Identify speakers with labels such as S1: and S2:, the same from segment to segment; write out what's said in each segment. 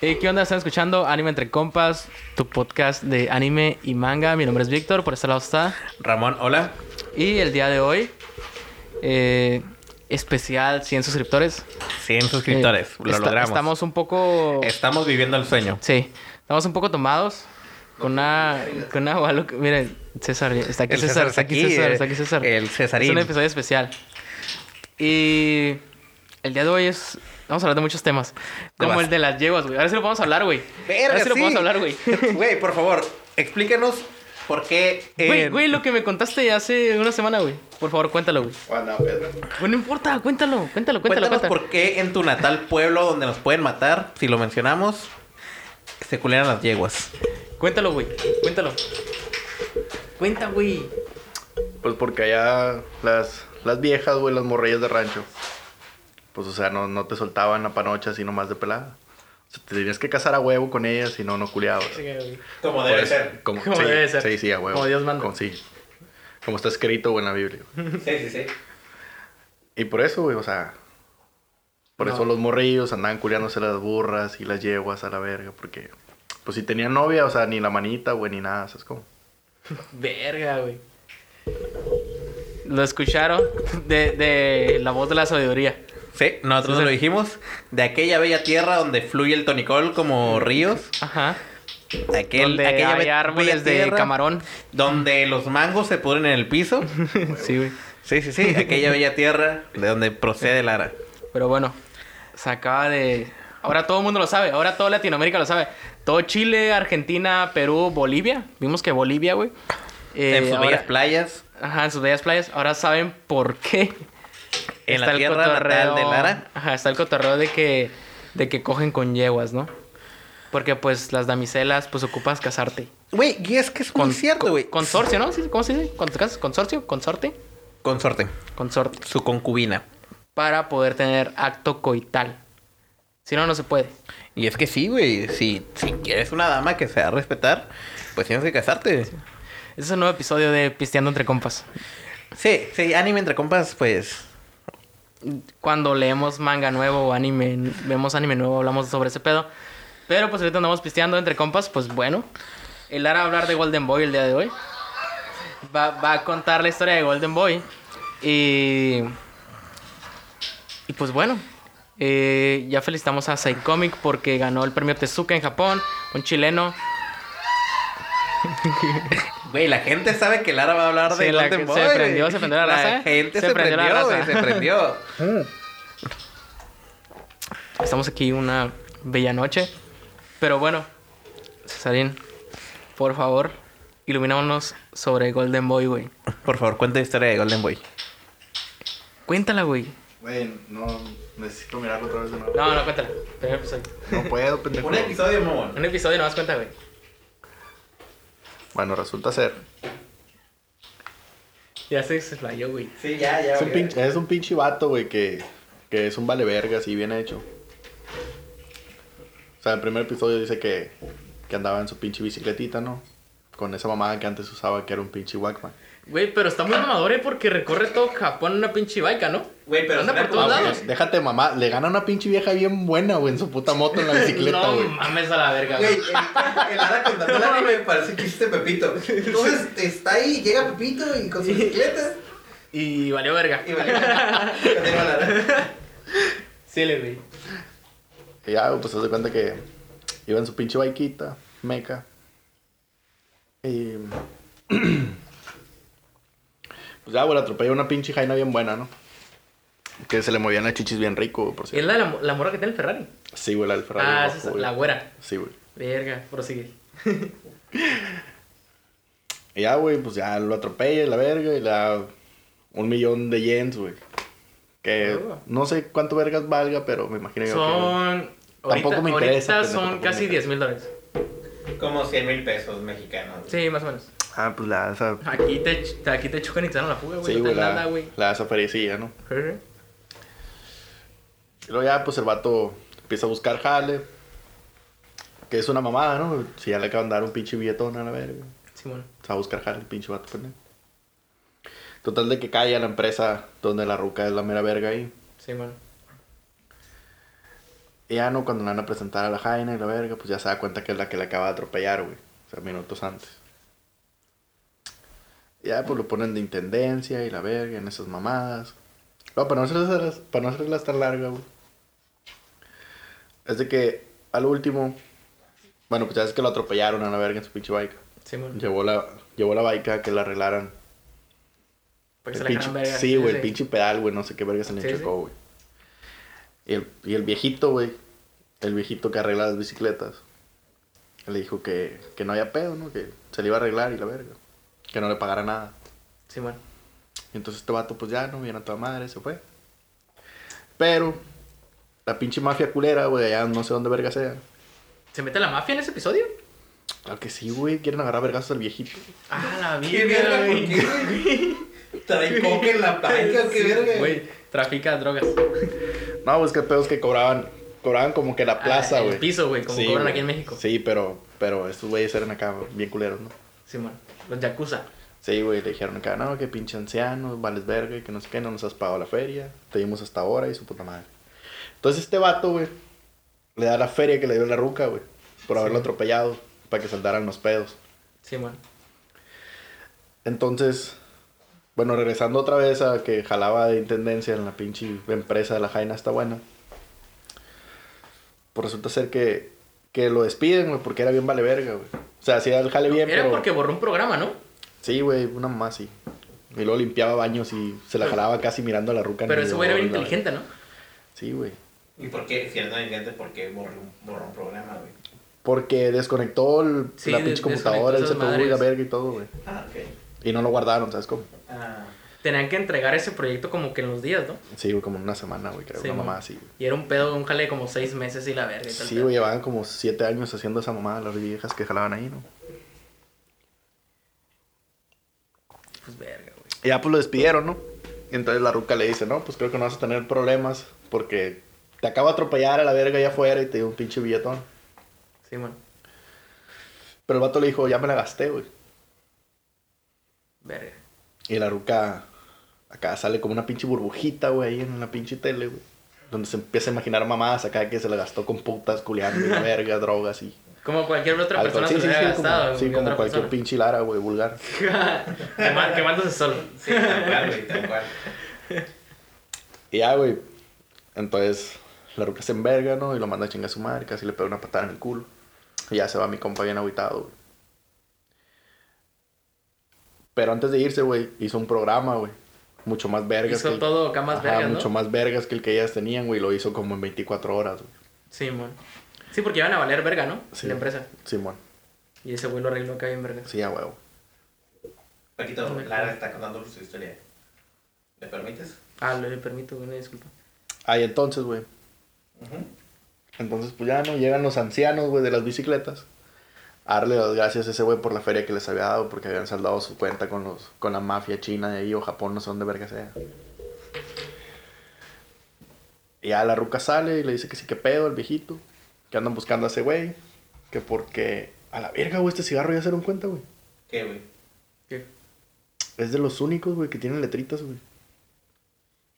S1: Eh, ¿Qué onda? Están escuchando Anime Entre Compas, tu podcast de anime y manga. Mi nombre es Víctor, por este lado está.
S2: Ramón, hola.
S1: Y el día de hoy, eh, especial 100 suscriptores.
S2: 100 suscriptores,
S1: Eh,
S2: lo
S1: esta-
S2: logramos. Estamos...
S1: Estamos un poco...
S2: viviendo el sueño.
S1: Sí, estamos un poco tomados. Con una... Con una gualu- Miren, César, está aquí
S2: El
S1: César, está aquí César,
S2: eh,
S1: está aquí César.
S2: El
S1: Es
S2: Cesarín.
S1: un episodio especial. Y el día de hoy es. Vamos a hablar de muchos temas. Como
S2: Temas.
S1: el de las yeguas, güey. Ahora sí lo podemos hablar, güey.
S2: Verga,
S1: Ahora sí lo
S2: sí.
S1: podemos hablar, güey.
S2: Güey, por favor, explíquenos por qué... en-
S1: Güey, güey, lo que me contaste hace una semana, güey. Por favor, cuéntalo, güey.
S3: Bueno, Pedro.
S1: Güey, no importa, cuéntalo, cuéntalo, cuéntalo.
S2: Cuéntanos
S1: cuéntalo.
S2: por qué en tu natal pueblo donde nos pueden matar, si lo mencionamos, se culean las yeguas.
S1: Cuéntalo, güey. Cuéntalo. Cuenta, güey.
S3: Pues porque allá las, las viejas, güey, las morrillas de rancho. Pues, o sea, no, no te soltaban la panocha así nomás de pelada. O sea, te tenías que casar a huevo con ellas y no, no culeabas.
S2: Como
S3: Por eso, Como,
S1: Como
S3: sí,
S1: debe ser.
S3: Sí, sí, a huevo.
S1: Como Dios manda.
S3: Como, sí. Como está escrito, güey, en la Biblia.
S2: Sí, sí, sí.
S3: Y por eso, güey, o sea... Por
S1: No.
S3: eso los morrillos andaban culeándose las burras y las yeguas a la verga. Porque, pues, si tenían novia, o sea, ni la manita, güey, ni nada, ¿sabes cómo?
S1: Verga, güey. Lo escucharon de, de la voz de la sabiduría.
S2: Sí, nosotros lo dijimos. De aquella bella tierra donde fluye el tonicol como ríos.
S1: Ajá.
S2: Aquel,
S1: donde
S2: aquella
S1: hay
S2: be-
S1: árboles
S2: bella
S1: de
S2: tierra
S1: camarón.
S2: Donde los mangos se pudren en el piso.
S1: sí, güey.
S2: Sí, sí, sí. Aquella bella tierra de donde procede Lara.
S1: Pero bueno, se acaba de. Ahora todo el mundo lo sabe, ahora toda Latinoamérica lo sabe. Todo Chile, Argentina, Perú, Bolivia. Vimos que Bolivia, güey. eh,
S2: en sus
S1: ahora-
S2: bellas playas.
S1: Ajá, en sus bellas playas. Ahora saben por qué.
S2: En la tierra natal de Lara.
S1: Ajá, está el cotorreo de que, de que cogen con yeguas, ¿no? Porque pues las damiselas, pues ocupas casarte.
S2: Güey, y es que es muy
S1: Con-
S2: cierto,
S1: con-
S2: güey.
S1: Consorcio, ¿no? Sí, ¿Cómo se dice? ¿Con- ¿Consorcio? ¿Consorte?
S2: Consorte.
S1: Consorte.
S2: Su concubina.
S1: para poder tener acto coital. Si no, no se puede.
S2: Y es que sí, güey. Si, si quieres una dama que se va a respetar, pues tienes que casarte.
S1: Ese es un nuevo episodio de Pisteando entre compas.
S2: Sí, sí, anime entre compas, pues.
S1: Cuando leemos manga nuevo o anime, vemos anime nuevo, hablamos sobre ese pedo. Pero pues ahorita andamos pisteando entre compas, pues bueno. El Lara va a hablar de Golden Boy el día de hoy. Va, va a contar la historia de Golden Boy. Y. Y pues bueno. eh, ya felicitamos a Psycomic porque ganó el premio Tezuka en Japón. Un chileno.
S2: Güey, la gente sabe que Lara va a hablar de
S1: Sí, la-
S2: Golden
S1: se
S2: Boy.
S1: prendió, se prendió la raza, ¿eh?
S2: gente
S1: Se
S2: se,
S1: prendió
S2: prendió,
S1: la raza.
S2: güey, se prendió.
S1: Estamos aquí una bella noche. Pero bueno, Cesarín, por favor, iluminámonos sobre Golden Boy, güey.
S2: Por favor, cuenta la historia de Golden Boy.
S1: Cuéntala, güey.
S3: Güey, no... Necesito mirarlo otra vez de nuevo.
S1: No, no, cuéntala. Primer episodio.
S3: No puedo, pendejo.
S2: episodio, Momón.
S1: Un episodio nomás cuenta, güey.
S3: Bueno, resulta ser.
S1: Ya se explayó, güey.
S2: Sí, ya, ya.
S3: Es un pinche, es un pinche vato, güey, que, que es un vale verga, así bien hecho. O sea, el primer episodio dice que, que andaba en su pinche bicicletita, ¿no? Con esa mamada que antes usaba, que era un pinche Walkman.
S1: Güey, pero está muy mamador, ¿eh? Porque recorre todo Japón en una pinche baica, ¿no?
S2: Güey, pero
S1: anda por
S2: será
S1: todos
S2: como-
S3: Ah, güey,
S1: lados.
S3: déjate, mamá. Le gana una pinche vieja bien buena, güey, en su puta moto en la bicicleta,
S1: no
S3: güey.
S1: mames a la verga, güey.
S2: el Lara contando el anime parece que hiciste Pepito. Entonces está ahí, llega Pepito y con su bicicleta.
S1: Y valió verga. Sí, le güey.
S3: Y ya, güey, pues se hace cuenta que iba en su pinche baiquita, meca. Y. pues ya, güey, le atropelló una pinche jaina bien buena, ¿no? Que se le movían las chichis bien rico, güey, por
S1: Es
S3: cierto.
S1: la, de la, mo- la morra que tiene el Ferrari.
S3: Sí, güey, la del Ferrari.
S1: ah,
S3: rojo,
S1: esa es
S3: güey.
S1: la güera.
S3: Sí, güey.
S1: Verga, prosigue.
S3: Y ya, güey, pues ya lo atropella y la verga y le da un millón de yens, güey. Que
S1: Ah.
S3: no sé cuánto vergas valga, pero me imagino yo que...
S1: Son. Ahorita,
S3: Tampoco me interesa,
S1: ahorita
S3: pendejo,
S1: son
S3: tampoco
S1: casi
S3: me
S1: 10
S3: interesa.
S1: mil dólares.
S2: Como 100 mil pesos mexicanos.
S1: Sí, más o menos.
S3: Ah, pues la esa...
S1: Aquí te, ch- aquí te chocan y te dan la fuga, güey. no
S3: Sí,
S1: te
S3: güey,
S1: dan nada,
S3: la,
S1: güey.
S3: la esa feriecilla, ¿no? Y luego ya, pues el vato empieza a buscar jale. Que es una mamada, ¿no? Si ya le acaban de dar un pinche billetón a la verga.
S1: Simón.
S3: Se va a buscar jale el pinche vato pendejo. Total de que cae a la empresa donde la ruca es la mera verga ahí.
S1: Simón.
S3: Y ya no, cuando le van a presentar a la Jaina y la verga, pues ya se da cuenta que es la que le acaba de atropellar, güey. O sea, minutos antes. Ya, pues lo ponen de intendencia y la verga en esas mamadas. No, para no hacerlas, para no hacerlas tan larga, güey. Es de que al último, bueno, pues ya es que lo atropellaron a la verga en su pinche bike.
S1: Sí, bueno.
S3: Llevó la, llevó la bike a que la arreglaran.
S1: Porque
S3: El
S1: se la
S3: pinche-
S1: gran verga.
S3: sí, güey, el pinche pedal, güey, no sé qué verga se le
S1: Sí,
S3: chocó, güey. Y el, y el viejito, güey, el viejito que arregla las bicicletas, le dijo que, que no había pedo, ¿no? Que se le iba a arreglar y la verga. Que no le pagara nada.
S1: Sí, bueno.
S3: Y entonces este vato, pues ya no viene a toda madre, se fue. Pero, la pinche mafia culera, güey, allá no sé dónde verga sea.
S1: ¿Se mete la mafia en ese episodio?
S3: Claro que sí, güey, quieren agarrar vergazos al viejito.
S1: Ah, la
S2: ¿Qué
S1: vida,
S2: verga? ¿Por
S1: güey.
S2: qué, güey? ¿Trae coca en la panca o qué verga?
S1: Güey, trafica drogas.
S3: No, pues que pedos que cobraban, cobraban como que la
S1: Ah,
S3: plaza,
S1: el
S3: güey.
S1: piso, güey, como cobran aquí en México.
S3: Sí, pero, pero estos güeyes eran acá bien culeros, ¿no?
S1: Sí, bueno. Los yakuza.
S3: Sí, güey, le dijeron acá, no, que pinche anciano, vales verga, y que no sé qué, no nos has pagado la feria, te dimos hasta ahora y su puta madre. Entonces este vato, güey, le da la feria que le dio la ruca, güey, por haberlo atropellado, para que saldaran los pedos.
S1: Sí, bueno.
S3: Entonces, bueno, regresando otra vez a que jalaba de intendencia en la pinche empresa de la Jaina está buena. Pues resulta ser que, que lo despiden, güey, porque era bien vale verga, güey. O sea, hacía el jale bien,
S1: Era
S3: pero...
S1: porque borró un programa, ¿no?
S3: Sí, güey, una mamá así. Y luego limpiaba baños y se la jalaba casi mirando a la ruca. en
S1: Pero
S3: el
S1: ese güey era bien
S3: inodoro, la
S1: inteligente, ¿no?
S3: verga. Sí, güey.
S2: ¿Y por qué? Si no entiende por qué borró un, borró un programa, güey.
S3: Porque desconectó el-
S1: Sí,
S3: la
S1: de-
S3: pinche computadora, el
S1: desconectó esas
S3: CPU y la
S1: madres.
S3: verga y todo, güey.
S2: Ah, ok.
S3: Y no lo guardaron, ¿sabes cómo?
S2: Ah,
S1: Tenían que entregar ese proyecto como que en los días, ¿no?
S3: Sí, güey, como en una semana, güey, creo.
S1: Sí,
S3: una
S1: güey.
S3: mamá así, güey.
S1: Y era un pedo, un jale de como seis meses y la verga y tal.
S3: Sí,
S1: pedo.
S3: güey, llevaban como siete años haciendo esa mamada las viejas que jalaban ahí, ¿no?
S1: Pues verga, güey.
S3: Y ya pues lo despidieron, ¿no? Y entonces la ruca le dice, no, pues creo que no vas a tener problemas porque te acabo de atropellar a la verga allá afuera y te dio un pinche billetón.
S1: Sí, bueno.
S3: Pero el vato le dijo, ya me la gasté, güey.
S1: Verga.
S3: Y la ruca acá sale como una pinche burbujita, güey, ahí en la pinche tele, güey. Donde se empieza a imaginar mamadas acá que se la gastó con putas, culeando, y la verga, drogas y...
S1: Como cualquier otra
S3: alcohol.
S1: persona
S3: Sí,
S1: se
S3: sí,
S1: hubiera
S3: sí, como-
S1: gastado.
S3: sí,
S1: güey,
S3: como
S1: otra
S3: cualquier
S1: persona.
S3: pinche lara, güey, vulgar.
S1: Quemá- Quemándose solo.
S2: sí, tal cual, güey, tal cual.
S3: Y ya, güey. Entonces, la ruca se enverga, ¿no? Y lo manda a chingar a su madre, casi le pega una patada en el culo. Y ya se va mi compa bien aguitado, güey. Pero antes de irse, güey, hizo un programa, güey. Mucho más vergas.
S1: Hizo
S3: que el-
S1: todo acá más
S3: Ajá,
S1: vergas, ¿no?
S3: mucho más vergas que el que ellas tenían, güey. Lo hizo como en 24 horas, güey.
S1: Sí, bueno. Sí, porque iban a valer verga, ¿no?
S3: Sí.
S1: La empresa.
S3: Simón.
S1: Y ese güey lo arregló acá bien verga.
S3: Sí, a huevo.
S2: Paquito, Lara está contando su historia. ¿Le permites?
S1: Ah, le permito, güey, una disculpa.
S3: Ah, y entonces, güey.
S2: Ujú.
S3: Entonces, pues ya no llegan los ancianos, güey, de las bicicletas. A darle las gracias a ese güey por la feria que les había dado porque habían saldado su cuenta con los con la mafia china de ahí o Japón, no sé dónde verga sea. Y ya la ruca sale y le dice que sí, que pedo, el viejito. Que andan buscando a ese güey. Que porque. A la verga, güey, este cigarro ya se dieron cuenta, güey.
S2: ¿Qué, güey?
S1: ¿Qué?
S3: Es de los únicos, güey, que tienen letritas, güey.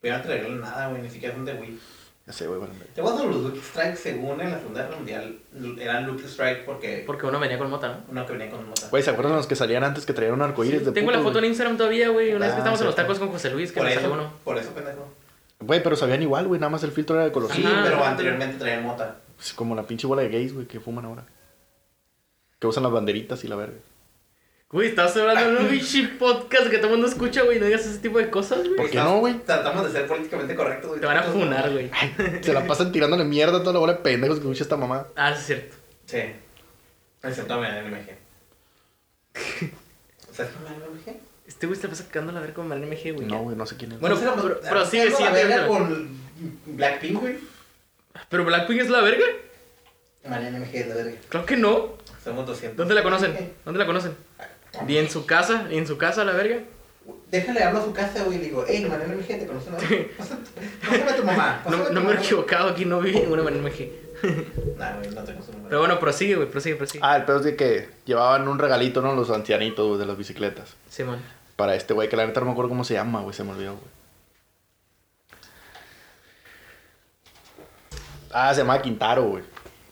S2: Voy a traerle nada, güey, ni siquiera son de Wii.
S3: Ya sé, güey, vale, verga.
S2: Te voy a dar los Lucky Strike, según en la Segunda Guerra Mundial, eran Lucky Strike porque
S1: Porque uno venía con mota, ¿no?
S2: uno que venía con mota.
S3: Güey, ¿se acuerdan los que salían antes que traían un arcoíris de
S1: Tengo
S3: puto,
S1: la foto
S3: güey?
S1: en Instagram todavía, güey. Una vez
S3: Ah,
S1: que estamos en los
S3: cierto.
S1: tacos con José Luis, que
S2: por,
S1: nos salió
S2: eso,
S1: uno.
S2: por eso, pendejo.
S3: Güey, pero sabían igual, güey, nada más el filtro era de color.
S2: Sí,
S1: Ajá.
S2: pero anteriormente traían mota.
S3: Es Pues como la pinche bola de gays, güey, que fuman ahora. Que usan las banderitas y la verga.
S1: Güey, estás hablando de un bichi podcast que todo el mundo escucha, güey. No digas ese tipo de cosas, güey.
S3: ¿Por qué
S2: Estamos-
S3: no, güey?
S2: Tratamos de ser políticamente correctos, güey.
S1: Te van a funar, güey.
S3: Se la pasan tirándole mierda a toda la bola de pendejos que escucha esta mamá.
S1: Ah, sí, es cierto.
S2: Sí. Excepto a Mariana MG. ¿Sabes cómo Mariana MG?
S1: Este güey se la pasa cagando la verga con Mariana MG, güey.
S3: No, güey, no sé quién es.
S1: Bueno,
S2: No sé,
S1: pero-
S2: pero-
S1: pero sigue
S2: ¿sabes la
S1: siendo-
S2: verga con Blackpink, güey.
S1: ¿Pero Blackpink es la verga?
S2: Mariana MG es la verga.
S1: Claro que no.
S2: Somos 200.
S1: ¿Dónde la conocen? ¿Dónde la conocen? Ni en su casa, ni en su casa, la verga.
S2: Déjale hablar a su casa, güey, y le digo, hey, Mariana MG, ¿te conoces? No? Pasa- Pásame a tu mamá. pásame a
S1: No,
S2: tu
S1: no me he
S2: mamá.
S1: equivocado aquí, no vi ninguna Mariana MG.
S2: Nah, güey, no tengo su número.
S1: Pero bueno, prosigue, güey, prosigue, prosigue.
S3: Ah, el pedo es de que llevaban un regalito, ¿no? Los ancianitos güey, de las bicicletas.
S1: Simón.
S3: Para este güey, que la neta no me acuerdo cómo se llama, güey, se me olvidó, güey. Ah, se llama Quintaro, güey.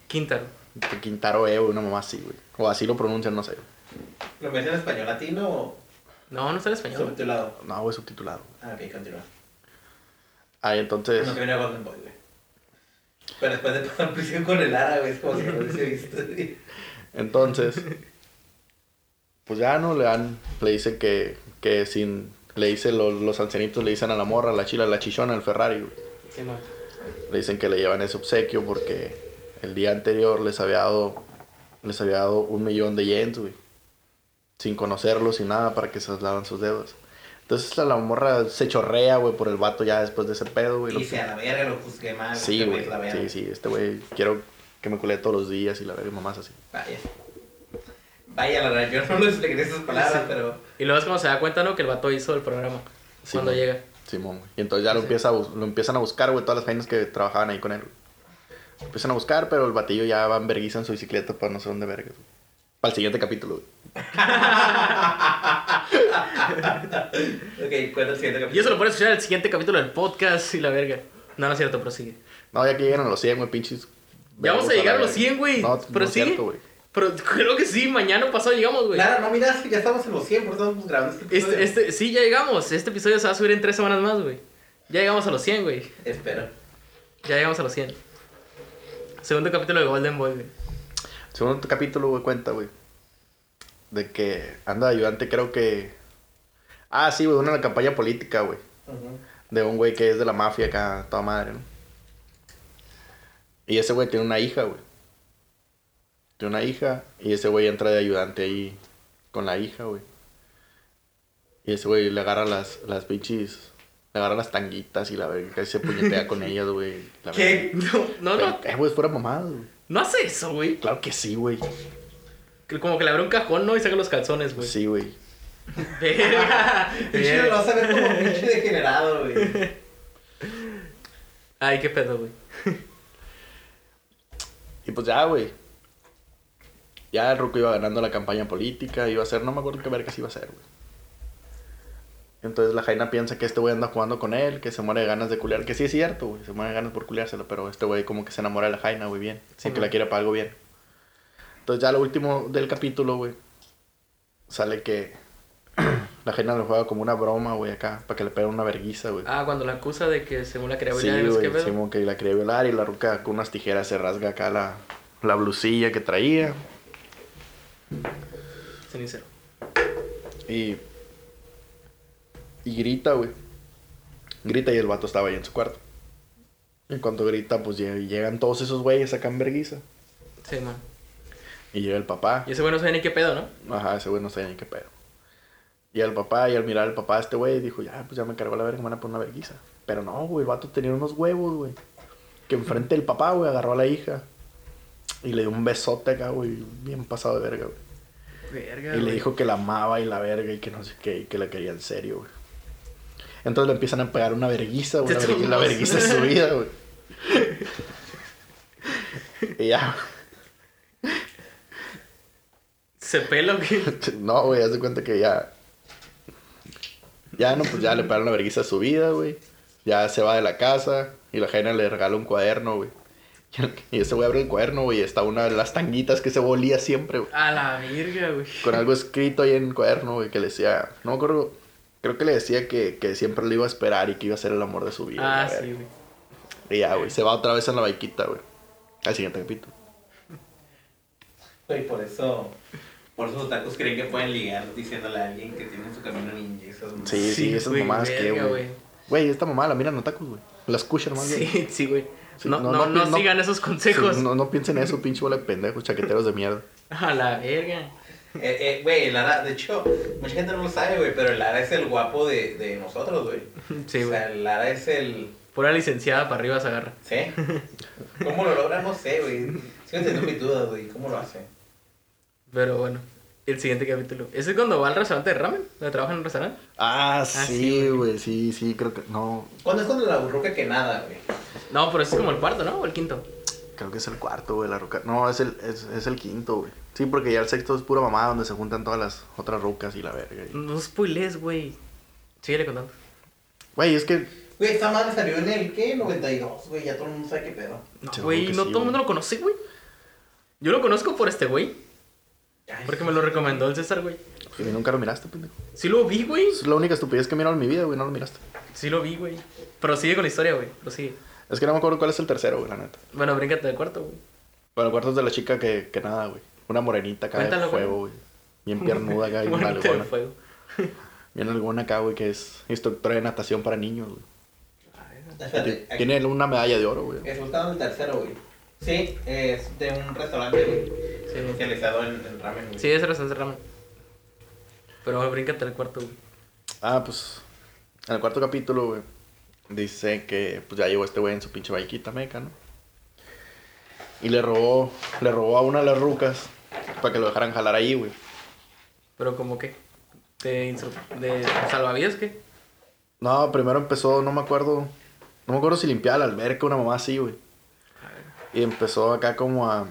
S1: Quintaro.
S3: Quintaro E, güey, una mamá así, güey. O así lo pronuncian, no sé.
S2: ¿Lo ves en español latino o
S1: No, no está en español. güey.
S2: subtitulado?
S3: No, güey, subtitulado.
S2: Ah, ok, continúa.
S1: Pues.
S3: Ahí entonces.
S2: No que viene Golden Boy, güey. Pero después de pasar prisión con el ara, güey, es como si no lo hubiese visto. güey.
S3: Entonces, pues ya no le dan, le dicen que, que sin, le dicen los, los ancianitos, le dicen a la morra, a la chila, a la chichona, al Ferrari, güey.
S1: Simón.
S3: le dicen que le llevan ese obsequio porque el día anterior les había dado, les había dado un millón de yens, güey, sin conocerlos sin nada para que se lavan sus dedos. Entonces la, la morra se chorrea, güey, por el vato ya después de ese pedo, güey. lo-
S2: Y si a la
S1: pues.
S2: verga lo juzgué mal.
S3: Sí,
S2: este
S3: güey.
S2: es la verga.
S3: Sí, sí, este güey, quiero que me culé todos los días y la verga, y mamás así.
S2: Vaya. Vaya, la verdad, yo no les leí esas palabras,
S1: Sí.
S2: pero.
S1: Y luego es cuando se da cuenta, ¿no? Que el vato hizo el programa.
S3: Sí,
S1: cuando
S3: güey.
S1: llega.
S3: Simón, güey. Y entonces ya lo,
S1: Sí.
S3: empieza a bus- lo empiezan a buscar, güey, todas las vainas que trabajaban ahí con él. güey. Lo empiezan a buscar, pero el batillo ya va en verguiza en su bicicleta para no sé dónde verga. güey. Para el siguiente capítulo, güey.
S2: Ok, cuenta el siguiente capítulo.
S1: Y eso lo puedes escuchar en el siguiente capítulo del podcast y la verga. No, no es cierto, prosigue.
S3: No, ya que llegaron a los 100, güey, pinches.
S1: Ya vamos a
S3: vergos
S1: llegar a
S3: la
S1: los 100, güey.
S3: No,
S1: Pero
S3: no es
S1: sigue.
S3: cierto, güey.
S1: Pero creo que sí, mañana pasado llegamos, güey.
S2: Lara, no miras, ya estamos en los 100, por eso estamos grabando este episodio.
S1: Este, este, sí, ya llegamos. Este episodio se va a subir en tres semanas más, güey. Ya llegamos a los 100, güey.
S2: Espero.
S1: Ya llegamos a los 100. Segundo capítulo de Golden Boy, güey.
S3: Segundo capítulo, güey, cuenta, güey. De que anda de ayudante, creo que. Ah, sí, güey, una de la campaña política, güey.
S2: Ujú.
S3: De un güey que es de la mafia acá, toda madre, ¿no? Y ese güey tiene una hija, güey. Tiene una hija y ese güey entra de ayudante ahí con la hija, güey. Y ese güey le agarra las, las pinches, le agarra las tanguitas y la verga, casi se puñetea con ellas, güey. la verga.
S2: ¿Qué?
S1: No, no, no,
S3: Pero, eh, güey, es pura mamada, güey.
S1: no hace eso, güey.
S3: Claro que sí, güey.
S1: Pues. Que Como que le abre un cajón, ¿no? Y saca los calzones, güey.
S3: Sí, güey.
S1: Verga.
S2: Pinche, lo vas a ver como pinche degenerado, güey.
S1: Ay, qué pedo, güey.
S3: Y pues ya, güey. Ya el Ruco iba ganando la campaña política, iba a ser, no me acuerdo qué vergas iba a ser, güey. Entonces la Jaina piensa que este güey anda jugando con él, que se muere de ganas de culiar, que sí es cierto, güey, se muere de ganas por culiárselo, pero este güey como que se enamora de la Jaina, güey, bien,
S1: Sí,
S3: sin que
S1: güey.
S3: la quiera para algo bien. Entonces ya lo último del capítulo, güey, sale que la Jaina lo juega como una broma, güey, acá, para que le pegue una verguiza, güey.
S1: Ah, cuando la acusa de que según la quería
S3: Sí,
S1: bailar, no sé qué
S3: güey,
S1: pedo.
S3: Simón que la quería violar y la ruca con unas tijeras se rasga acá la, la blusilla que traía.
S1: Cenicero.
S3: Y, y grita, güey. Grita y el vato estaba ahí en su cuarto. En cuanto grita, pues lle- llegan todos esos güeyes acá en verguiza.
S1: Sí, man.
S3: Y llega el papá.
S1: Y ese güey no sabe ni qué pedo, ¿no?
S3: Ajá, ese güey no sabía ni qué pedo. Y al papá, y al mirar al papá, este güey dijo, ya, pues ya me cargó la verga, me van a poner una verguiza. Pero no, güey, el vato tenía unos huevos, güey. Que enfrente del papá, güey, agarró a la hija. Y le dio un besote acá, güey, bien pasado de verga, güey.
S1: Verga.
S3: Y le dijo que la amaba y la verga y que no sé qué, y que la quería en serio, güey. Entonces le empiezan a pegar una verguiza, güey.
S1: De
S3: La vergui- la
S1: todos.
S3: verguiza es su vida, güey. y ya.
S1: Se pelo, güey.
S3: No, güey, haz de cuenta que ya. Ya no, pues ya le pegaron la verguiza a su vida, güey. Ya se va de la casa y la Jaina le regala un cuaderno, güey. Y ese güey abre el cuaderno, güey, y está una de las tanguitas que se volía siempre, güey.
S1: A la verga, güey.
S3: con algo escrito ahí en el cuaderno, güey, que le decía, no me acuerdo, creo que le decía que, que siempre lo iba a esperar y que iba a ser el amor de su vida.
S1: Ah,
S3: la
S1: sí,
S3: verga.
S1: güey.
S3: Y ya, güey, se va otra vez en la baiquita, güey. Al siguiente capítulo.
S2: Güey, por eso. Por eso los tacos creen que pueden ligar diciéndole a alguien que tiene en su camino ninja. Esas mamadas.
S3: Sí, sí,
S1: Sí,
S3: esas
S1: güey,
S3: mamadas que,
S1: verga,
S3: güey.
S1: güey.
S3: Güey, esta mamada la miran otakus, güey. La escuchan más bien.
S1: Sí, sí, güey.
S3: Sí,
S1: No,
S3: no,
S1: no,
S3: no,
S1: no,
S3: no.
S1: sigan esos consejos.
S3: Sí, no, no piensen en eso, pinche bola de pendejos, chaqueteros de mierda.
S1: A la verga.
S2: Eh, eh, güey, el Ara, de hecho, mucha gente no lo sabe, güey, pero el Ara es el guapo de, de nosotros, güey.
S1: Sí,
S2: o
S1: güey.
S2: sea, el Ara es el.
S1: Pura licenciada para arriba se agarra.
S2: ¿Sí? ¿Cómo lo logra? No sé, güey. Sigo teniendo mis dudas, güey. ¿Cómo lo hace?
S1: Pero bueno, el siguiente capítulo. ¿Ese es cuando va al restaurante de ramen? ¿Donde trabaja en un restaurante?
S3: Ah,
S1: sí,
S3: sí, güey, sí, sí, creo que, no,
S2: ¿Cuándo es cuando la burruca que nada, güey?
S1: No, pero ese es como el cuarto, ¿no? O el quinto.
S3: creo que es el cuarto, güey, la roca. No, es el, es, es el quinto, güey. Sí, porque ya el sexto es pura mamada donde se juntan todas las otras rucas y la verga. y-
S1: No spoilees, güey. Síguele contando.
S3: Güey, es que
S2: Güey, esta madre salió en el, ¿qué? 92, güey, ya todo el mundo sabe qué pedo.
S1: No,
S3: Seguro
S1: güey, no
S3: que sí,
S1: todo el
S3: güey.
S1: mundo lo conoce, güey. Yo lo conozco por este güey.
S2: Ay,
S1: Porque me lo recomendó el César, güey.
S3: Y nunca lo miraste, pendejo.
S1: Sí lo vi, güey.
S3: Es la única estupidez que he mirado en mi vida, güey, no lo miraste.
S1: Sí lo vi, güey. Pero sigue con la historia, güey. Pero sigue.
S3: Es que no me acuerdo cuál es el tercero, güey, la neta.
S1: Bueno, bríncate de cuarto, güey.
S3: Bueno, el cuarto es de la chica que, que nada, güey. Una morenita acá
S1: Cuéntalo,
S3: de fuego, güey. Bien piernuda acá y bien
S1: Muerte de
S3: algona.
S1: fuego.
S3: Bien algona acá, güey, que es instructora de natación para niños, güey.
S2: Espérate, aquí-
S3: Tiene una medalla de oro, güey.
S2: Es gustado el tercero, güey. Sí, es de un restaurante, güey.
S1: Sí,
S2: Especializado en, en ramen, güey.
S1: sí ese era César Ramón. Pero bríncate al cuarto, güey.
S3: Ah, pues. En el cuarto capítulo, güey. Dice que pues ya llegó este güey en su pinche baiquita meca, ¿no? Y le robó, le robó a una de las rucas para que lo dejaran jalar ahí, güey.
S1: Pero como que. De, instru- de salvavidas, ¿qué?
S3: No, primero empezó, no me acuerdo. No me acuerdo si limpiaba la alberca, una mamá así, güey. Y empezó acá como a.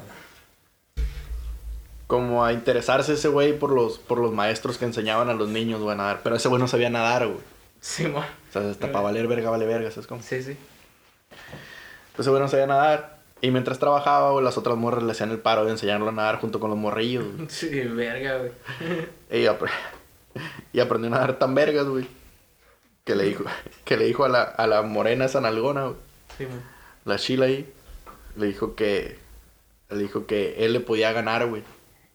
S3: Como a interesarse ese güey por los, por los maestros que enseñaban a los niños, güey, a nadar. Pero ese güey no sabía nadar, güey.
S1: Sí, mo.
S3: O sea, hasta para valer verga, vale verga, ¿sabes cómo?
S1: Sí, sí.
S3: Entonces, güey, Pues no sabía nadar. Y mientras trabajaba, güey, las otras morras le hacían el paro de enseñarlo a nadar junto con los morrillos, güey.
S1: Sí, verga, güey.
S3: Y, apre- y aprendió a nadar tan vergas, güey. Que le dijo, que le dijo a la, a la morena sanalgona, güey.
S1: Sí, mo.
S3: la Sheila ahí, le dijo que. Le dijo que él le podía ganar, güey.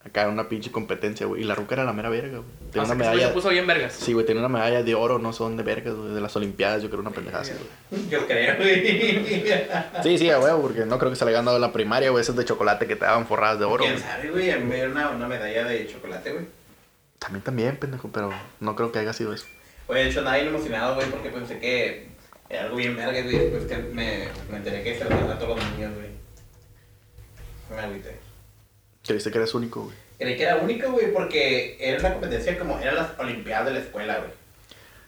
S3: Acá en una pinche competencia, güey. Y la ruca era la mera verga, güey.
S1: O
S3: Tenía
S1: sea,
S3: una
S1: Ah, que ese güey
S3: medalla.
S1: se puso bien vergas.
S3: Sí, güey, tenía una medalla de oro, no son de vergas, güey. De las Olimpiadas, yo creo una pendejada así, güey.
S2: Yo creo, güey.
S3: Sí, sí, a huevo, porque no creo que se le haya ganado en la primaria, güey. Esas de chocolate que te daban forradas de oro,
S2: ¿Quién
S3: güey.
S2: sabe, güey? A mí me dieron una, una medalla de chocolate, güey.
S3: También, también, pendejo, pero no creo que haya sido eso.
S2: Güey, de hecho, nadie lo emocionado, güey, porque pensé que era algo bien verga, güey. Después que me, me enteré que se lo dan a todos los niños, güey. Me agüité.
S3: Creíste que eres único, güey.
S2: Creí que era único, güey, porque era una competencia como eran las Olimpiadas de la escuela, güey.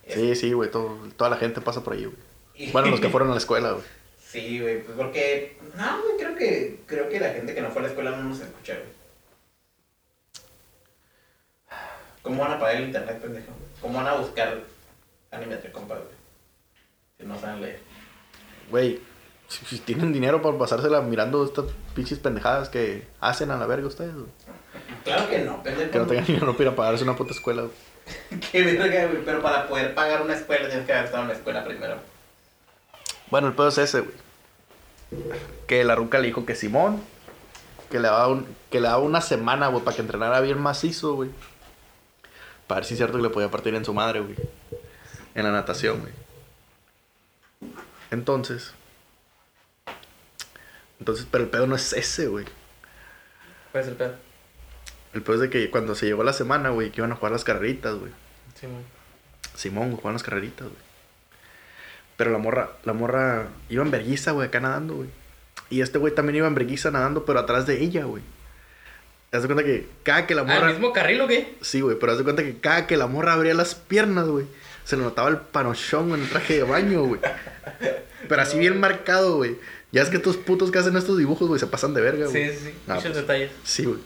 S3: Sí, sí, güey. todo- toda la gente pasa por ahí, güey.
S2: Y-
S3: Bueno, los que fueron a la escuela, güey.
S2: Sí, güey, pues porque. No, güey, creo que, creo que la gente que no fue a la escuela no nos escucha, güey. ¿Cómo van a pagar el internet, pendejo? ¿Cómo van a buscar anime de compa, güey? Si no saben leer.
S3: Güey, si, si tienen dinero para pasársela mirando estas pinches pendejadas que hacen a la verga ustedes, güey.
S2: Claro que no, pendejo.
S3: Que no tengan dinero para ir a pagarse una puta escuela, güey.
S2: Qué verga, güey, pero para poder pagar una escuela tienes que haber estado en la escuela primero.
S3: Bueno, el pedo es ese, güey. Que la ruca le dijo que Simón, que le daba, un- que le daba una semana, güey, para que entrenara bien macizo, güey. Para ver si es cierto que le podía partir en su madre, güey. En la natación, güey. Entonces. Entonces, pero el pedo no es ese, güey.
S1: Puede ser pedo.
S3: El pedo es de que cuando se llegó la semana, güey, que iban a jugar las carreritas, güey.
S1: Sí, mo.
S3: Simón, güey, jugaban las carreritas, güey. Pero la morra, la morra iba en verguiza, güey, acá nadando, güey. Y este güey también iba en verguiza nadando, pero atrás de ella, güey. Te das cuenta que cada que la
S1: Ah, ¿el
S3: morra.
S1: mismo carril o qué?
S3: Sí, güey, pero haz de cuenta que cada que la morra abría las piernas, güey, se le notaba el panochón en el traje de baño, güey. Pero así bien marcado, güey. Ya es que estos putos que hacen estos dibujos, güey, se pasan de verga, güey.
S1: Sí, sí, sí.
S3: No,
S1: Muchos
S3: pues,
S1: detalles.
S3: Sí, güey.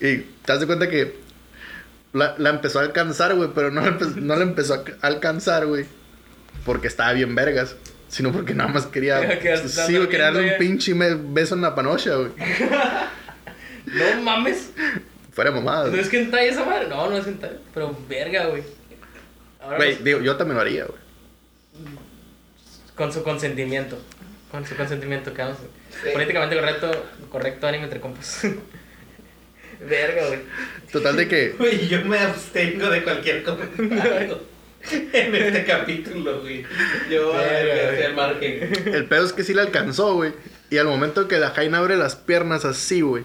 S3: Y te das de cuenta que la, la empezó a alcanzar, güey, pero no la, empe- no la empezó a ca- alcanzar, güey, porque estaba bien vergas, sino porque nada más quería.
S1: Quería que estaba
S3: sí, güey, quería darle un
S1: durmiendo,
S3: pinche me- beso en la panocha, güey.
S1: No mames.
S3: Fuera mamada.
S1: ¿No
S3: güey.
S1: es hentai esa madre? No, no es hentai. Pero verga, güey. Ahora
S3: Güey,
S1: los-
S3: digo, yo también lo haría, güey.
S1: Con su consentimiento. Con su consentimiento, quedamos. Políticamente correcto, correcto anime entre compas. verga, güey.
S3: Total de que.
S2: Güey, yo me abstengo de cualquier comentario en este capítulo, güey. Yo voy a
S1: Verga,
S2: hacer margen.
S3: El pedo es que sí la alcanzó, güey. Y al momento que la Jaina abre las piernas así, güey.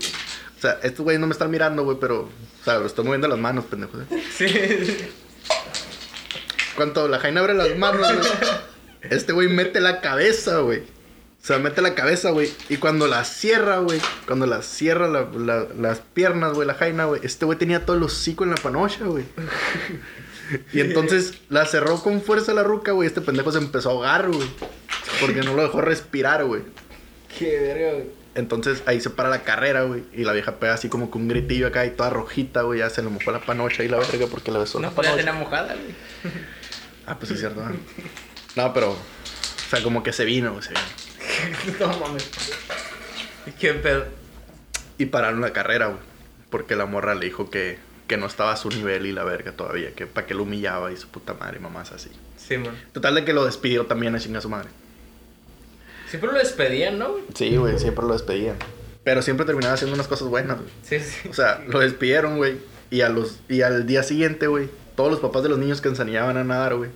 S3: O sea, estos güeyes no me están mirando, güey, pero. O sea, lo estoy moviendo las manos, pendejo. ¿eh?
S1: Sí.
S3: Cuando la Jaina abre las manos, güey. Este güey mete la cabeza, güey. O sea, mete la cabeza, güey. Y cuando la cierra, güey. Cuando la cierra la- la- las piernas, güey, la Jaina, güey. Este güey tenía todo el hocico en la panocha, güey. Y entonces la cerró con fuerza la ruca, güey. Este pendejo se empezó a ahogar, güey. Porque no lo dejó respirar, güey.
S1: Qué verga, güey.
S3: Entonces ahí se para la carrera, güey. Y la vieja pega así como con un gritillo acá y toda rojita, güey. Ya se le mojó la panocha y la verga porque la besó.
S1: No pues,
S3: la
S1: podía
S3: panocha.
S1: tener mojada, güey.
S3: Ah, pues sí, es cierto. ah. No, pero. O sea, como que se vino, güey, se vino.
S1: no mames. ¿Qué pedo?
S3: Y pararon la carrera, güey. Porque la morra le dijo que, que no estaba a su nivel y la verga todavía. Que para que lo humillaba y su puta madre y mamás así.
S1: Simón.
S3: Total de que lo despidió también a chinga su madre.
S1: Siempre lo despedían, ¿no? güey?
S3: Sí, güey, siempre lo despedían. Pero siempre terminaba haciendo unas cosas buenas, güey.
S1: Sí, sí.
S3: O sea, lo despidieron, güey. Y, a los- y al día siguiente, güey, todos los papás de los niños que enseñaban a nadar, güey,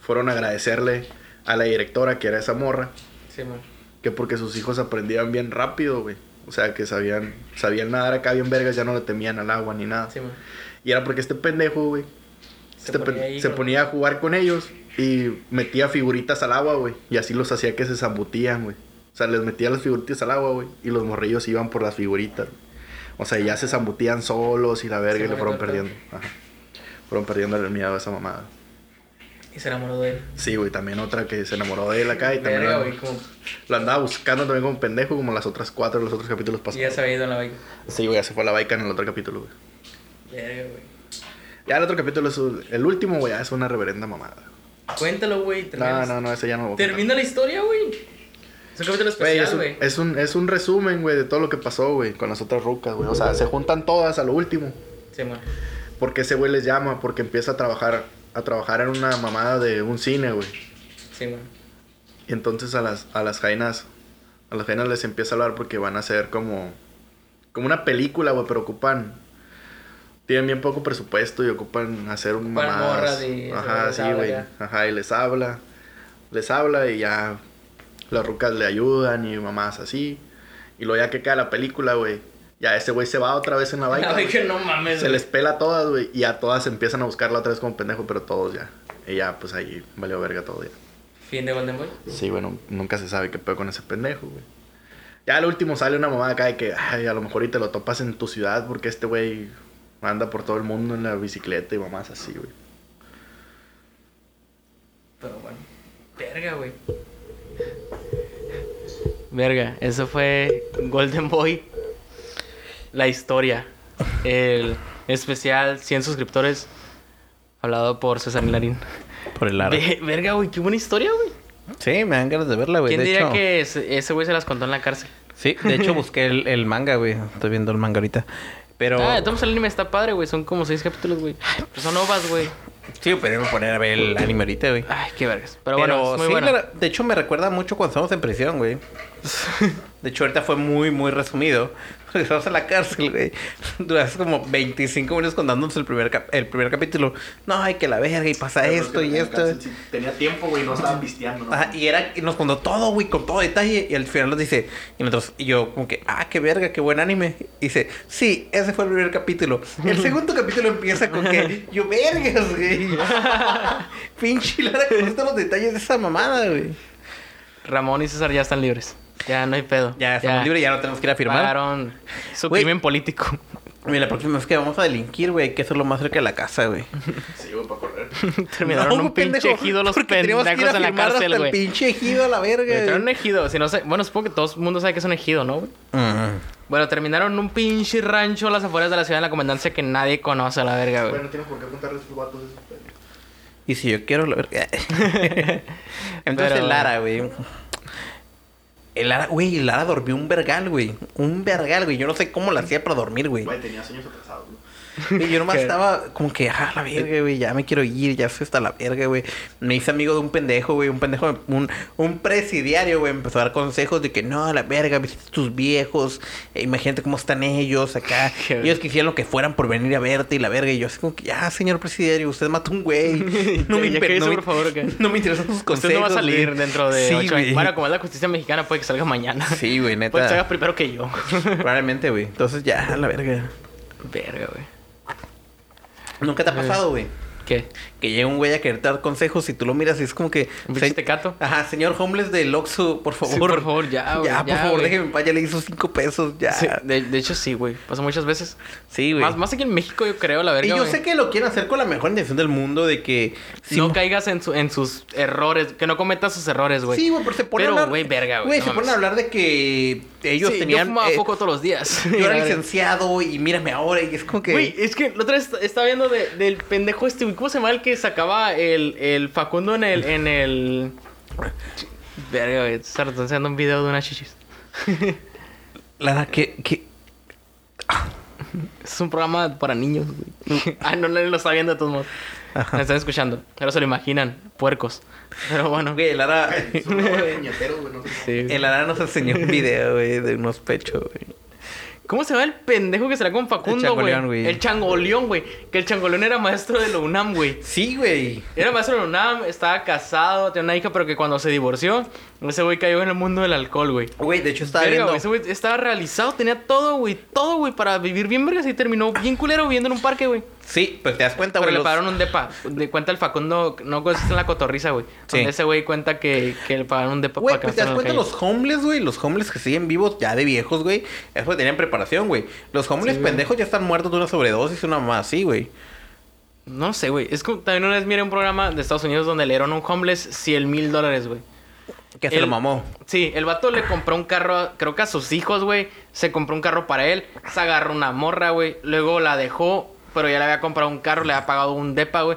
S3: fueron a agradecerle a la directora, que era esa morra,
S1: Simón.
S3: que porque sus hijos aprendían bien rápido, güey. O sea, que sabían, sabían nadar acá bien vergas, ya no le temían al agua ni nada.
S1: Simón.
S3: Y era porque este pendejo, güey, este pen- se, ponía
S1: ahí, güey.
S3: a jugar con ellos y metía figuritas al agua, güey. Y así los hacía que se zambutían, güey. O sea, les metía las figuritas al agua, güey. Y los morrillos iban por las figuritas. O sea, ya se zambutían solos y la verga
S1: Sí,
S3: y le
S1: güey,
S3: fueron
S1: tal, tal.
S3: perdiendo. Ajá. Fueron perdiendo el miedo a esa mamada.
S1: Y se enamoró de él.
S3: Sí, güey, también otra que se enamoró de él acá y también
S1: Verga,
S3: lo-
S1: güey, como...
S3: lo andaba buscando también como pendejo, como las otras cuatro de los otros capítulos
S1: Y ya
S3: pasados.
S1: se había ido a la bike.
S3: Sí, güey, ya se fue a la baica en el otro capítulo, güey.
S1: Verga, güey.
S3: Ya el otro capítulo es un- el último, güey, ya es una reverenda mamada.
S1: Cuéntalo, güey.
S3: No,
S1: termina-
S3: no, no, ese ya no lo voy a contar.
S1: Termina la historia, güey. Es un capítulo
S3: Güey, es,
S1: especial,
S3: un,
S1: güey.
S3: es, un, es un resumen, güey, de todo lo que pasó, güey, con las otras rucas, güey. O sea, se juntan todas a lo último.
S1: Simón.
S3: Porque ese güey les llama, porque empieza a trabajar, a trabajar en una mamada de un cine, güey.
S1: Simón.
S3: Y entonces a las, a las jainas, a las jainas les empieza a hablar porque van a hacer como, como una película, güey, pero ocupan, tienen bien poco presupuesto y ocupan hacer un
S1: Ocupan morras y-
S3: Ajá,
S1: les
S3: sí,
S1: habla
S3: güey.
S1: ya.
S3: Ajá, y les habla, les habla y ya las rucas le ayudan y mamás así. Y luego ya que queda la película, güey, ya ese güey se va otra vez en la
S1: La
S3: bike. güey.
S1: bike, no mames,
S3: Se
S1: güey.
S3: les pela a todas, güey, y a todas empiezan a buscarla otra vez como pendejo, pero todos ya. Y ya, pues ahí valió verga todo ya.
S1: Fin de Golden Boy.
S3: Sí, bueno, nunca se sabe qué pedo con ese pendejo, güey. Ya al último sale una mamada acá de que, ay, a lo mejor y te lo topas en tu ciudad porque este güey anda por todo el mundo en la bicicleta y mamás así, güey.
S1: Pero bueno. Verga, güey. Verga, eso fue Golden Boy. La historia. El especial 100 suscriptores. Hablado por César Hilarín.
S2: Por el aro.
S1: Ve- verga, güey, qué buena historia, güey.
S2: Sí, me dan ganas de verla, güey.
S1: ¿Quién
S2: de
S1: diría
S2: hecho,
S1: que ese ese güey se las contó en la cárcel?
S2: Sí, de hecho busqué el, el manga, güey. Estoy viendo el manga ahorita. Pero...
S1: Ah, Tom el anime está padre, güey. Son como seis capítulos, güey. Pues son ovas, güey.
S2: Sí, pero iba a poner a ver el anime ahorita, güey.
S1: Ay, qué vergas. Pero,
S2: Pero,
S1: bueno, es muy
S2: sí,
S1: bueno.
S2: la- de hecho me recuerda mucho cuando estábamos en prisión, güey. De hecho, ahorita fue muy, muy resumido. Porque estábamos en la cárcel, güey. Duras como 25 minutos contándonos el primer, cap- el primer capítulo. No, ay, que la verga, y pasa esto y esto.
S3: Tenía tiempo, güey, no estaba pisteando, ¿no?
S2: Ajá, y era y nos contó todo, güey, con todo detalle. Y al final nos dice, y nosotros, y yo como que, ah, qué verga, qué buen anime. Y dice, sí, ese fue el primer capítulo. El segundo capítulo empieza con que, yo vergas, güey. Pinche Lara con todos los detalles de esa mamada, güey.
S1: Ramón y César ya están libres. Ya no hay pedo.
S2: Ya estamos libres, ya no tenemos que ir a firmar.
S1: Pagaron su
S2: Güey.
S1: crimen político.
S2: Mira, la próxima vez que vamos a delinquir, güey, hay que hacerlo más cerca de la casa, güey.
S3: Sí, güey, para correr.
S1: Terminaron
S2: No,
S1: un pinche
S2: pendejo,
S1: ejido los
S2: porque
S1: pendejos
S2: tenemos que ir a
S1: en la
S2: firmar
S1: cárcel,
S2: hasta el
S1: güey.
S2: pinche ejido a la verga,
S1: Terminaron un
S2: güey.
S1: ejido. Si no sé, bueno, supongo que todo el mundo sabe que es un ejido, ¿no? güey?
S2: Ujú.
S1: Bueno, terminaron un pinche rancho a las afueras de la ciudad de la comandancia que nadie conoce a la verga, güey.
S3: Bueno, tienes por qué contarle a esos vatos esos pendejos.
S2: Y si yo quiero, la verga. Entonces
S1: Pero-
S2: el Lara, güey. El Lara, güey, el Lara dormió un vergal, güey. Un vergal, güey. Yo no sé cómo la hacía para dormir, güey.
S3: Güey, tenía sueños atrasados, güey.
S2: Y Yo nomás
S1: Qué-
S2: estaba como que, ah, la verga, güey, ya me quiero ir, ya fue hasta la verga, güey. Me hice amigo de un pendejo, güey, un pendejo, un, un presidiario, güey, empezó a dar consejos de que no, la verga, visita a tus viejos, eh, imagínate cómo están ellos acá.
S1: Qué-
S2: ellos quisieran lo que fueran por venir a verte y la verga. Y yo así como que, ya, señor presidiario, usted mató un güey. No me,
S1: Ya
S2: imper-
S1: cállese,
S2: no me-
S1: por favor, que-
S2: no me interesan sus consejos.
S1: Usted no va a
S2: güey".
S1: salir dentro de
S2: Sí,
S1: ocho años. Pues
S2: güey.
S1: Bueno, como es la justicia mexicana, puede que salga mañana.
S2: Sí, güey, neta.
S1: Puede que salga primero que yo.
S2: Probablemente, güey. Entonces ya, la verga.
S1: Verga, güey.
S2: Nunca
S1: Pues
S2: te ha pasado, güey.
S1: ¿Qué?
S2: Que llega un güey a querer dar consejos y tú lo miras y es como que...
S1: Un pinche
S2: se-
S1: tecato.
S2: Ajá, señor homeless del Oxxo, por favor.
S1: Sí, por favor, ya, güey,
S2: Ya, por
S1: ya,
S2: favor,
S1: güey.
S2: déjeme en paz. Ya le hizo cinco pesos, ya.
S1: Sí,
S2: Sí,
S1: de, de hecho, sí, güey. Pasa muchas veces.
S2: güey.
S1: Más, más aquí en México, yo creo, la verga.
S2: y yo
S1: güey.
S2: sé que lo quieren hacer con la mejor intención del mundo de que... si
S1: no
S2: mo-
S1: caigas en, su- en sus errores, que no cometas sus errores, güey.
S2: Sí, güey, pero se ponen
S1: Pero,
S2: a hablar...
S1: güey, verga, güey,
S2: Güey,
S1: no
S2: se
S1: mames.
S2: ponen a hablar de que ellos
S1: Sí,
S2: tenían...
S1: Yo fumaba
S2: eh,
S1: poco todos los días.
S2: yo era licenciado y mírame ahora y es como que...
S1: Güey, es que la otra vez est- estaba viendo de- del pendejo este el, ¿cómo se llama el que sacaba el, el Facundo en el, en el... Verga, güey, se está haciendo un video de unas chichis.
S2: Lara, que, que...
S1: Es un programa para niños, güey. ah, no, no lo está viendo de todos modos. Lo están escuchando. Pero se lo imaginan. Puercos. Pero bueno.
S2: Güey, Lara...
S3: Son de puñeteros, güey. No sé.
S1: sí.
S2: El Lara nos enseñó un video, güey, de unos pechos, güey.
S1: ¿Cómo se llama el pendejo que será con Facundo, güey?
S2: changoleón, güey.
S1: El changoleón, güey. Que el changoleón era maestro de la UNAM, güey.
S2: Sí, güey.
S1: Era maestro de la UNAM, estaba casado, tenía una hija, pero que cuando se divorció, ese güey cayó en el mundo del alcohol, güey.
S2: Güey, de hecho estaba
S1: Verga,
S2: viendo...
S1: güey, ese güey estaba realizado, tenía todo, güey, todo, güey, para vivir bien vergas y terminó bien culero viviendo en un parque, güey.
S2: Sí, pero te das cuenta,
S1: Pero
S2: güey.
S1: le
S2: los-
S1: pagaron un depa. De cuenta el Facundo, no consiste en la cotorriza, güey.
S2: Sí.
S1: Donde ese güey cuenta que, que le pagaron un depa
S2: Güey,
S1: para que no
S2: pues te das
S1: estuvieran
S2: cuenta
S1: en la
S2: los homeless, güey. Los homeless que siguen vivos ya de viejos, güey. Es porque tenían preparación, güey. Los homeless pendejos ya están muertos de una sobredosis, una mamá así, güey.
S1: calle. No sé, güey. Es que también una vez miré un programa de Estados Unidos donde le dieron a un homeless 100 mil dólares, güey.
S2: Que se
S1: El-
S2: lo mamó.
S1: Sí, el vato le compró un carro, a- creo que a sus hijos, güey. Se compró un carro para él, se agarró una morra, güey. Luego la dejó, pero ya le había comprado un carro, le había pagado un depa, güey.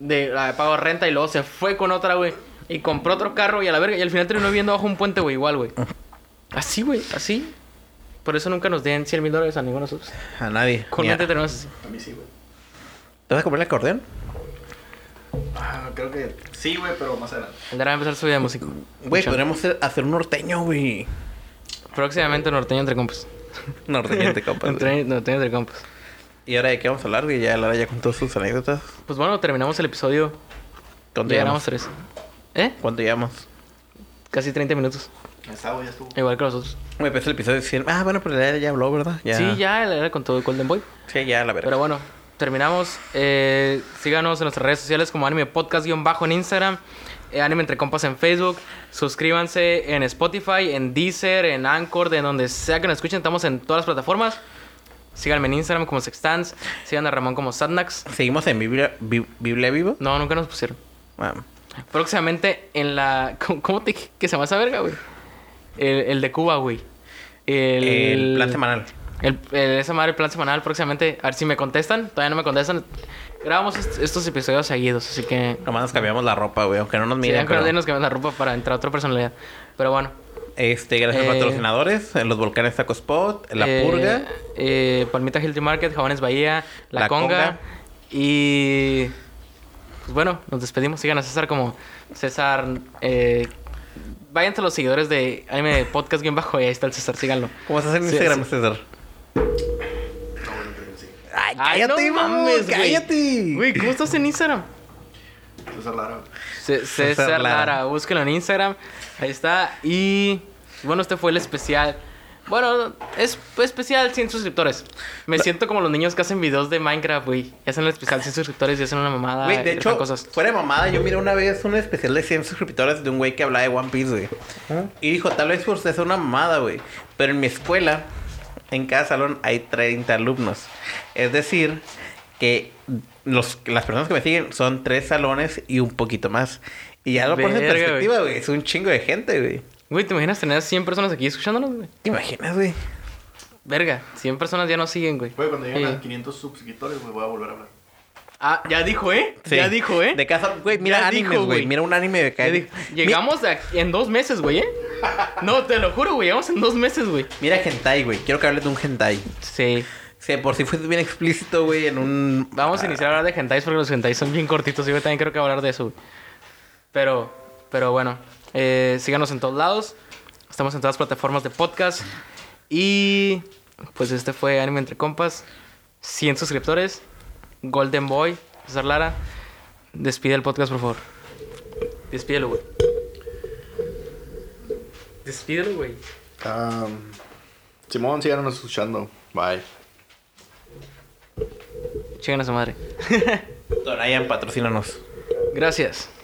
S1: De, le había pagado renta y luego se fue con otra, güey. Y compró otro carro y a la verga. Y al final terminó viendo bajo un puente, güey, igual, güey. Así, güey, así. Por eso nunca nos den 100 mil dólares a ninguno de nosotros.
S2: A nadie. Ni a-
S1: Comúnmente tenemos así.
S3: A mí sí, güey.
S2: ¿Te vas a comprar el acordeón?
S3: Ah, creo que sí, güey, pero más adelante.
S1: El Dara va a empezar su vida de músico.
S2: Güey,
S1: Mucho.
S2: podríamos hacer, hacer un norteño, güey.
S1: Próximamente norteño entre compas.
S2: Norteño te compas, güey.
S1: Entre- norteño entre compas.
S2: ¿Y ahora de qué vamos a hablar, güey? Ya Lara ya contó sus anécdotas.
S1: Pues bueno, terminamos el episodio.
S2: ¿Cuánto
S1: Ya éramos
S2: llevamos?
S1: tres. ¿Eh?
S2: ¿Cuánto llevamos?
S1: Casi 30 minutos.
S3: Ya está, güey, ya estuvo.
S2: Eh.
S1: Igual que nosotros.
S2: Güey, pues el episodio 100. Ah, bueno, pero Lara ya habló, ¿verdad?
S1: Sí, ya era con todo el Golden Boy.
S2: Sí, ya, la verdad.
S1: Pero bueno, terminamos. Eh, síganos en nuestras redes sociales como Anime Podcast guión bajo en Instagram. eh, Anime Entre Compas en Facebook. Suscríbanse en Spotify, en Deezer, en Anchor, de donde sea que nos escuchen. Estamos en todas las plataformas. Síganme en Instagram como Sextans. Sigan a Ramón como Sadnax.
S2: ¿Seguimos en Biblia, Bi- Biblia Vivo?
S1: No, nunca nos pusieron.
S2: Ah.
S1: Próximamente en la. ¿Cómo, cómo te dije que se llama esa verga, güey? El, el de Cuba, güey. El,
S2: El plan semanal.
S1: El, el- esa madre, el plan semanal, próximamente. A ver si me contestan. Todavía no me contestan. Grabamos est- estos episodios seguidos, así que.
S2: Nomás nos cambiamos la ropa, güey, aunque no nos
S1: Miren,
S2: miren.
S1: que
S2: pero-
S1: nos cambian la ropa para entrar a otra personalidad. Pero bueno.
S2: Este, gracias a
S1: Eh,
S2: los patrocinadores, eh, los volcanes Taco Spot, La
S1: eh,
S2: Purga,
S1: eh, Palmita Hilti Market, Jabones Bahía, La,
S2: La
S1: Conga,
S2: Conga.
S1: Y. Pues bueno, nos despedimos. Sigan a César como César. Eh, váyanse a los seguidores de Anime Podcast bien bajo y ahí está el César, síganlo.
S2: ¿Cómo estás en
S1: Sí,
S2: Instagram,
S1: sí.
S2: César?
S3: No, bueno, creo que sí.
S2: Ay,
S1: Ay, no
S2: cállate, mamón,
S1: mames, güey.
S2: cállate.
S1: Güey, ¿cómo estás en Instagram?
S3: César Lara. güey.
S1: C- César,
S2: César
S1: Lara.
S2: Lara.
S1: búsquenlo en Instagram. Ahí está. Y bueno, este fue el especial. Bueno, es fue especial 100 suscriptores. Me siento como los niños que hacen videos de Minecraft, güey. Y Hacen el especial 100 suscriptores y hacen una mamada.
S2: Güey, de
S1: y
S2: hecho,
S1: Ah, cosas.
S2: fuera de mamada, yo miré una vez un especial de 100 suscriptores de un güey que hablaba de One Piece, güey. Y dijo, tal vez por ser una mamada, güey. Pero en mi escuela, en cada salón hay 30 alumnos. Es decir, que los, las personas que me siguen son tres salones y un poquito más. Y ya lo pones en
S1: Verga, güey.
S2: perspectiva, güey. Es un chingo de gente, güey.
S1: Güey, ¿te imaginas tener 100 personas aquí escuchándonos, güey?
S2: ¿Te imaginas, güey?
S1: Verga, 100 personas ya nos siguen, güey. Eh.
S3: Güey, cuando lleguen
S1: Sí.
S3: a 500 suscriptores, güey, voy a volver a hablar.
S1: Ah, ya dijo, ¿eh?
S2: Sí.
S1: Ya dijo, ¿eh?
S2: De casa, güey, mira
S1: Ya
S2: animes,
S1: dijo,
S2: güey.
S1: güey.
S2: Mira un anime de
S1: Ya
S2: cada.
S1: dijo. Llegamos de aquí- en dos meses, güey, ¿eh? No, te lo juro, güey. Llegamos en dos meses, güey.
S2: Mira hentai, güey. Quiero que hables de un hentai.
S1: Sí.
S2: Sí, por si fuiste bien explícito, güey, en un... Ah,
S1: Vamos a iniciar a hablar de hentais porque los hentais son bien cortitos y yo también creo que voy a hablar de eso. güey. Pero, pero bueno, eh, síganos en todos lados. Estamos en todas las plataformas de podcast. Y pues este fue Anime Entre Compas. 100 suscriptores. Golden Boy, César Lara. Despide el podcast, por favor. Despídelo, güey. Despídelo, güey.
S3: Um, Simón, síganos escuchando. Bye.
S1: Chequen a su madre.
S2: Dorayan, patrocínanos.
S1: Gracias.